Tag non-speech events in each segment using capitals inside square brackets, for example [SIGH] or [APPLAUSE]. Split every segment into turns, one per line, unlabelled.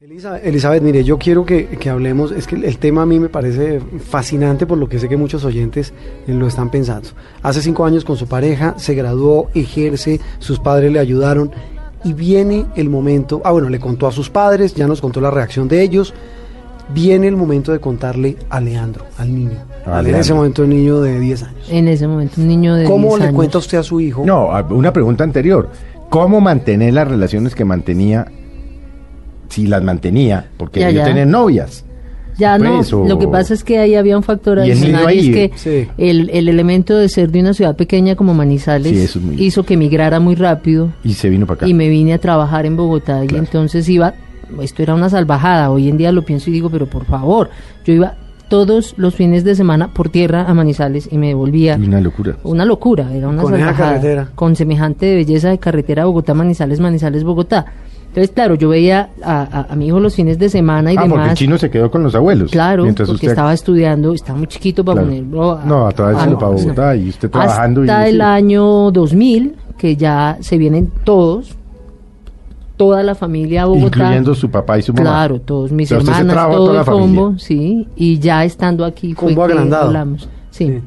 Elizabeth, Elizabeth, mire, yo quiero que, que hablemos, es que el, el tema a mí me parece fascinante por lo que sé que muchos oyentes eh, lo están pensando. Hace cinco años con su pareja, se graduó, ejerce, sus padres le ayudaron y viene el momento, ah bueno, le contó a sus padres, ya nos contó la reacción de ellos, viene el momento de contarle a Leandro, al niño,
A
en ese
Leandro.
momento el niño de 10 años.
En ese momento, un niño de
¿Cómo
10
le
años.
cuenta usted a su hijo?
No, a- una pregunta anterior. ¿Cómo mantener las relaciones que mantenía? Si las mantenía, porque
Ya,
yo
ya.
tenía novias.
Ya no,
Pues, o-
lo que pasa es que ahí había un factor
Y el
adicional,
niño ahí,
y es que
sí.
el, el elemento de ser de una ciudad pequeña como Manizales
Sí, eso es muy-
hizo que emigrara muy rápido
Y se vino para acá.
y me vine a trabajar en Bogotá y
Claro.
entonces iba, esto era una salvajada, hoy en día lo pienso y digo, pero por favor, yo iba todos los fines de semana por tierra a Manizales y me devolvía
Uy, Una locura.
una locura, era una
Con esa
salvajada,
carretera.
con semejante de belleza de carretera Bogotá Manizales Manizales Bogotá. Entonces, claro, yo veía a, a- a mi hijo los fines de semana y
Ah, porque el
demás.
chino se quedó con los abuelos.
Claro,
Mientras
porque
usted-
estaba estudiando, estaba muy chiquito para
Claro.
ponerlo.
No, a traérselo
no,
para
pues no.
Bogotá y usted trabajando y-
Hasta el
sí.
año 2000, que ya se vienen todos, toda la familia a Bogotá.
Incluyendo su papá y su mamá.
Claro, todos
O
mis
sea, usted se
hermanas,
trajo a
todo
toda
el
la
combo,
familia.
sí. Y ya estando aquí fue
Combo
que
agrandado.
hablamos. Sí.
Sí.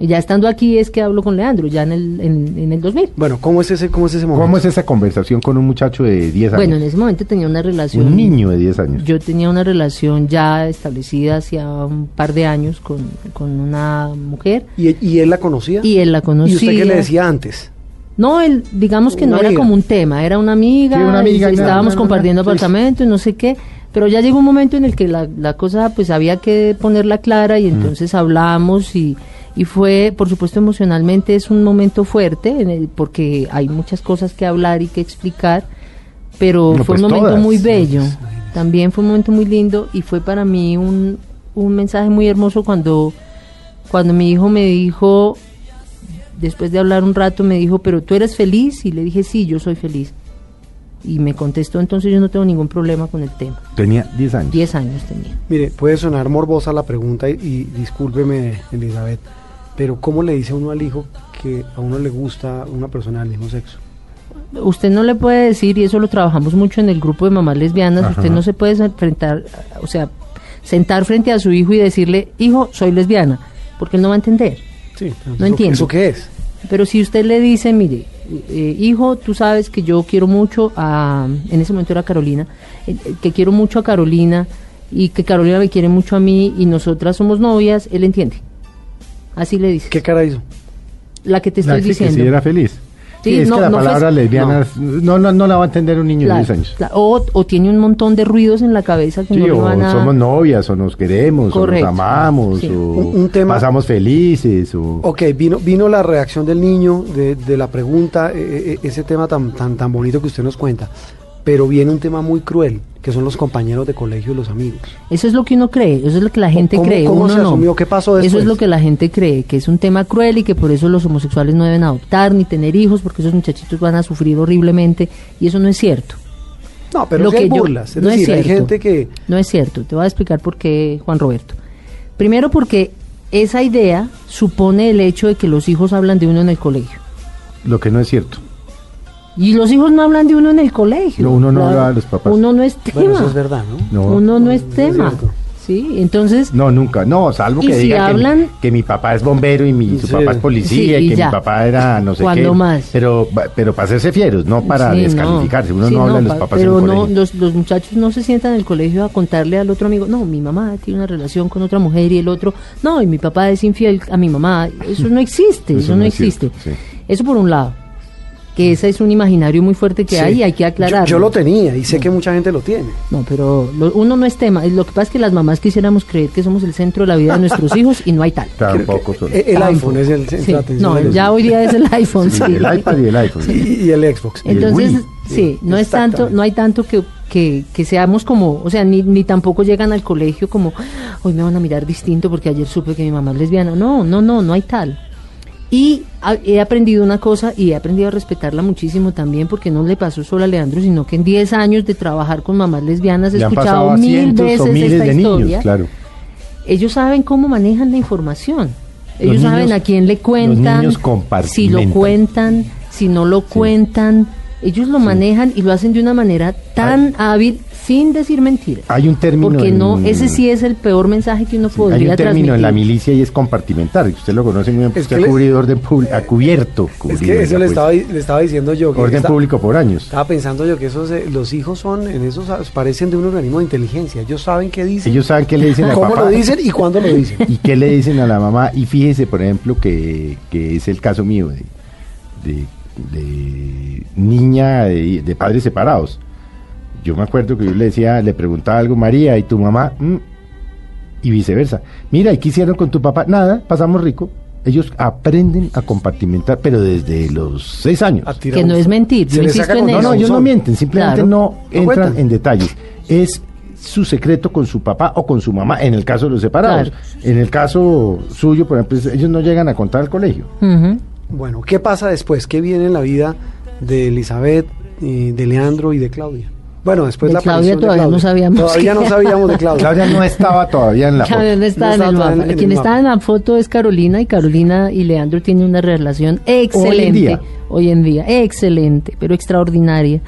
Y ya estando aquí es que hablo con Leandro, ya en el, en, en el 2000.
Bueno, ¿cómo es ese, cómo es ese momento?
¿Cómo es esa conversación con un muchacho de 10 años?
Bueno, en ese momento tenía una relación.
un niño de 10 años.
Yo tenía una relación ya establecida hacía un par de años con, con una mujer
¿Y, y él la conocía?
y él eh. la
¿Y
conocía.
usted qué le decía antes?
No, él, digamos que
Una
no era
amiga.
como un tema, era una amiga,
Sí, una amiga,
y
ya,
estábamos
ya, ya,
compartiendo
sí.
apartamento y no sé qué, pero ya llegó un momento en el que la, la cosa pues había que ponerla clara y
Mm.
entonces hablamos y, y fue, por supuesto emocionalmente es un momento fuerte en el- porque hay muchas cosas que hablar y que explicar, pero
No,
fue
pues,
un momento
todas.
muy bello, también fue un momento muy lindo y fue para mí un, un mensaje muy hermoso cuando, cuando mi hijo me dijo después de hablar un rato me dijo, pero tú eres feliz y le dije, sí, yo soy feliz. Y me contestó, entonces yo no tengo ningún problema con el tema.
Tenía 10 años.
Diez años tenía.
Mire, puede sonar morbosa la pregunta y, y discúlpeme, Elizabeth, pero ¿cómo le dice uno al hijo que a uno le gusta una persona del mismo sexo?
Usted no le puede decir, y eso lo trabajamos mucho en el grupo de mamás lesbianas,
Ajá.
usted no se puede enfrentar, o sea, sentar frente a su hijo y decirle, hijo, soy lesbiana, porque él no va a entender.
Sí, no
entiendo.
¿Eso qué es?
Pero si usted le dice, mire, eh, hijo, tú sabes que yo quiero mucho a, en ese momento era Carolina, eh, eh, que quiero mucho a Carolina y que Carolina me quiere mucho a mí y nosotras somos novias, él entiende. Así le dice.
¿Qué cara hizo?
La que te
La
estoy
que sí
diciendo.
era feliz.
Sí,
es
no,
que la
no fue-
palabra lesbiana
no.
es- no. No, no, la va a entender un niño
Claro,
de 10 años.
claro. o, o tiene un montón de ruidos en la cabeza que
Sí,
no le
o
van a...
somos novias, o nos queremos,
Correcto.
o nos amamos,
Sí.
o
Un- un tema-
pasamos felices, o...
Ok, vino, vino la reacción del niño, de, de la pregunta, eh, eh, ese tema tan, tan, tan bonito que usted nos cuenta, pero viene un tema muy cruel, que son los compañeros de colegio y los amigos.
Eso es lo que uno cree, eso es lo que la gente
¿Cómo-
cree.
cómo
uno
se
no.
asumió? ¿Qué pasó
Eso
después?
es lo que la gente cree, que es un tema cruel y que por eso los homosexuales no deben adoptar ni tener hijos, porque esos muchachitos van a sufrir horriblemente, y eso no es cierto.
No, pero
Lo
sí hay
que yo-
burlas, es
no es
decir, hay
cierto.
gente que...
No es cierto, te voy a explicar por qué, Juan Roberto. Primero porque esa idea supone el hecho de que los hijos hablan de uno en el colegio.
Lo que no es cierto.
Y los hijos no hablan de uno en el colegio.
No, uno no habla de los papás.
Uno no es tema.
Bueno, eso es verdad, ¿no?
No.
uno no es
es
tema.
cierto.
sí, entonces
No, nunca. No, salvo
Y
que
si
digan que mi-
hablan-
que, mi papá es bombero y mi, su
Sí.
papá es policía
Sí,
y
y
que
ya.
mi papá era no sé
¿Cuándo
qué.
más?
Pero, pero para hacerse fieros, no para
Sí, no.
descalificarse. Uno
Sí,
no habla de los
pa-
papás
Pero
en el
no,
colegio.
los, los muchachos no se sientan en el colegio a contarle al otro amigo, no, mi mamá tiene una relación con otra mujer y el otro, no, y mi papá es infiel a mi mamá. Eso no existe, eso, no,
es
existe.
cierto, sí.
Eso por un lado, que ese es un imaginario muy fuerte que
Sí.
hay y hay que
Yo-
aclararlo. Mm.
Yo, lo tenía y sé que mucha gente lo tiene.
No, pero lo- uno no es tema. Lo que pasa es que las mamás quisiéramos creer que somos el centro de la vida de
[LAUGHS]
nuestros hijos y no hay tal.
Tampoco son.
eh,
E- El iPhone es el centro
Sí,
de atención. de
No,
los
ya
niños.
hoy día es el iPhone. sí.
el iPad y el iPhone.
Y, y el Xbox.
Y el
Entonces,
Wii.
sí, no es
Exactamente.
tanto, no hay tanto que, que, que seamos como, o sea, ni, ni tampoco llegan al colegio como, hoy me van a mirar distinto porque ayer supe que mi mamá es lesbiana. No, no, no, no hay tal. Y a- he aprendido una cosa y he aprendido a respetarla muchísimo también porque no le pasó solo a Leandro, sino que en 10 años de trabajar con mamás lesbianas he
Le han pasado
escuchado
a
mil
cientos
veces
o miles
esta
de
historia
niños, claro.
ellos saben cómo manejan la información. Ellos
Los
saben
niños-
a quién le
los
cuentan,
niños
si lo
compartimentan.
cuentan, si no lo cuentan. Ellos lo manejan y lo hacen de una manera tan hábil sin decir mentiras.
Hay un término.
Porque
en-
no, ese sí es el peor mensaje que uno podría
Hay un término
transmitir.
en la milicia y es compartimentar. y Usted lo conoce muy bien, pues
Es
usted
que
es
le-
cubridor de público, ha cubierto.
Es
cubridor,
que eso le
ya pues,
estaba, le estaba diciendo yo. Que
Orden
está-
público por años.
Estaba pensando yo que esos, eh, los hijos son, en esos ah, parecen de un organismo de inteligencia. Ellos saben qué dicen,
Ellos saben qué le dicen a
cómo
papá.
lo dicen y cuándo lo dicen.
[LAUGHS] ¿Y qué le dicen a la mamá? Y fíjese, por ejemplo, que, que es el caso mío de, de- de niña de, de padres separados. Yo me acuerdo que yo le decía, le preguntaba algo, María, y tu mamá, "Mm", y viceversa. Mira, ¿y qué hicieron con tu papá? Nada, pasamos rico. Ellos aprenden a compartimentar, pero desde los seis años.
A tirar
Que no
Ah, un-
es mentir,
Se
yo
le
insisto
saca
en
con-
No,
eso.
no, ellos no
Son-
mienten, simplemente
Claro.
no entran
cuentan.
en detalles. Es su secreto con su papá o con su mamá, en el caso de los separados.
Claro.
En el caso suyo, por ejemplo, es- ellos no llegan a contar al colegio.
Ujú.
Bueno, ¿qué pasa después? ¿Qué viene en la vida de Elizabeth, eh, de Leandro y de Claudia? Bueno, después
De
la
Claudia
aparición de
todavía no sabíamos
Todavía
que-
no sabíamos de
[LAUGHS]
Claudia.
Claudia no estaba todavía
[LAUGHS]
en la
Claro,
foto.
no está
No
en
está
el
todavía
mapa.
en- en
Quien
el
está
mapa.
en la foto es Carolina y Carolina y Leandro tienen una relación excelente
día.
hoy en día, excelente, pero extraordinaria.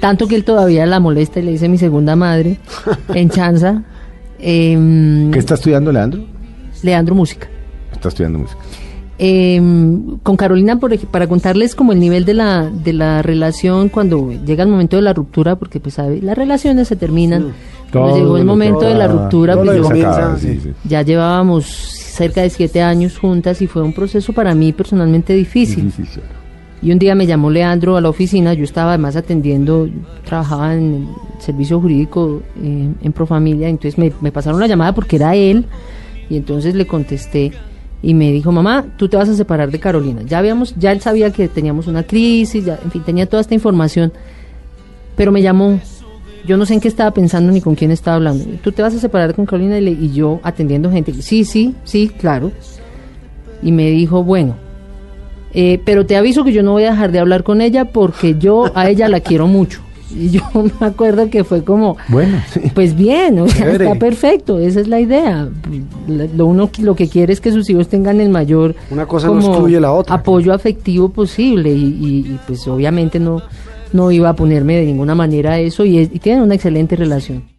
Tanto que él todavía la molesta y le dice mi
[LAUGHS]
segunda madre en Chanza, em,
¿Qué está estudiando Leandro?
Leandro Música.
Está estudiando música.
Em, con Carolina, por ej- para contarles como el nivel de la, de la relación cuando llega el momento de la ruptura, porque pues sabe, las relaciones se terminan. Cuando
Todo
llegó el
lo
momento
que
de la
va-
ruptura,
todo
no
pues,
lo
lo
que
yo-
que
se acaba,
comienza, sí.
sí, sí.
ya llevábamos cerca de siete años juntas y fue un proceso para mí personalmente difícil.
Sí, sí, sí.
Y un día me llamó Leandro a la oficina, yo estaba además atendiendo, yo trabajaba en el servicio jurídico eh, en Profamilia, entonces me, me pasaron la llamada porque era él y entonces le contesté y me dijo, mamá, tú te vas a separar de Carolina. Ya habíamos, ya él sabía que teníamos una crisis, ya, en fin, tenía toda esta información, pero me llamó. Yo no sé en qué estaba pensando ni con quién estaba hablando. Tú te vas a separar con Carolina y, le- y yo atendiendo gente. Sí, sí, sí, claro. Y me dijo, bueno, eh, pero te aviso que yo no voy a dejar de hablar con ella porque yo a ella la quiero mucho. Y yo [LAUGHS] me acuerdo que fue como,
Bueno, sí.
pues bien, o sea,
Chévere.
está perfecto, esa es la idea. La- Lo uno lo que quiere es que sus hijos tengan el mayor
Una cosa no excluye la otra.
apoyo afectivo posible y, y- y, pues obviamente no no iba a ponerme de ninguna manera eso y, es- y tienen una excelente relación.